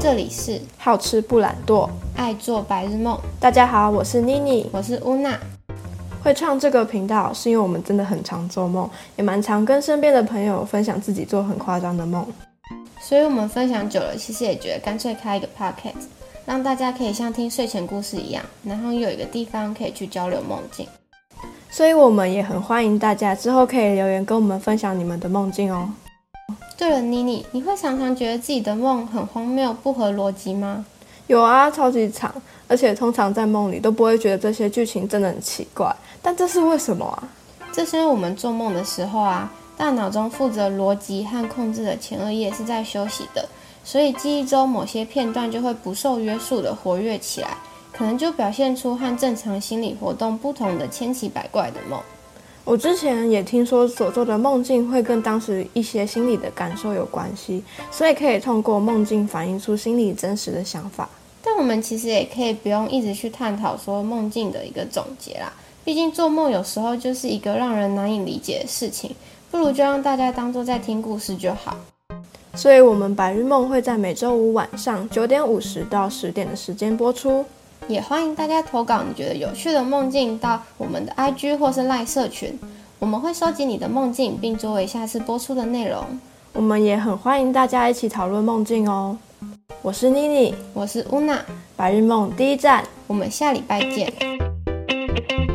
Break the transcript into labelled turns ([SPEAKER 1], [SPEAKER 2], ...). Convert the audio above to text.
[SPEAKER 1] 这里是
[SPEAKER 2] 好吃不懒惰。
[SPEAKER 1] 爱做白日梦，
[SPEAKER 2] 大家好，我是妮妮。
[SPEAKER 1] 我是乌娜。
[SPEAKER 2] 会创这个频道是因为我们真的很常做梦，也蛮常跟身边的朋友分享自己做很夸张的梦。
[SPEAKER 1] 所以我们分享久了，其实也觉得干脆开一个 podcast，让大家可以像听睡前故事一样，然后有一个地方可以去交流梦境。
[SPEAKER 2] 所以我们也很欢迎大家之后可以留言跟我们分享你们的梦境哦。
[SPEAKER 1] 对了，妮妮，你会常常觉得自己的梦很荒谬、不合逻辑吗？
[SPEAKER 2] 有啊，超级长，而且通常在梦里都不会觉得这些剧情真的很奇怪，但这是为什么啊？
[SPEAKER 1] 这是因为我们做梦的时候啊，大脑中负责逻辑和控制的前额叶是在休息的，所以记忆中某些片段就会不受约束的活跃起来，可能就表现出和正常心理活动不同的千奇百怪的梦。
[SPEAKER 2] 我之前也听说所做的梦境会跟当时一些心理的感受有关系，所以可以通过梦境反映出心理真实的想法。
[SPEAKER 1] 但我们其实也可以不用一直去探讨说梦境的一个总结啦，毕竟做梦有时候就是一个让人难以理解的事情，不如就让大家当做在听故事就好。
[SPEAKER 2] 所以，我们白日梦会在每周五晚上九点五十到十点的时间播出。
[SPEAKER 1] 也欢迎大家投稿你觉得有趣的梦境到我们的 IG 或是 LINE 社群，我们会收集你的梦境，并作为下次播出的内容。
[SPEAKER 2] 我们也很欢迎大家一起讨论梦境哦。我是妮妮，
[SPEAKER 1] 我是乌娜，
[SPEAKER 2] 白日梦第一站。
[SPEAKER 1] 我们下礼拜见。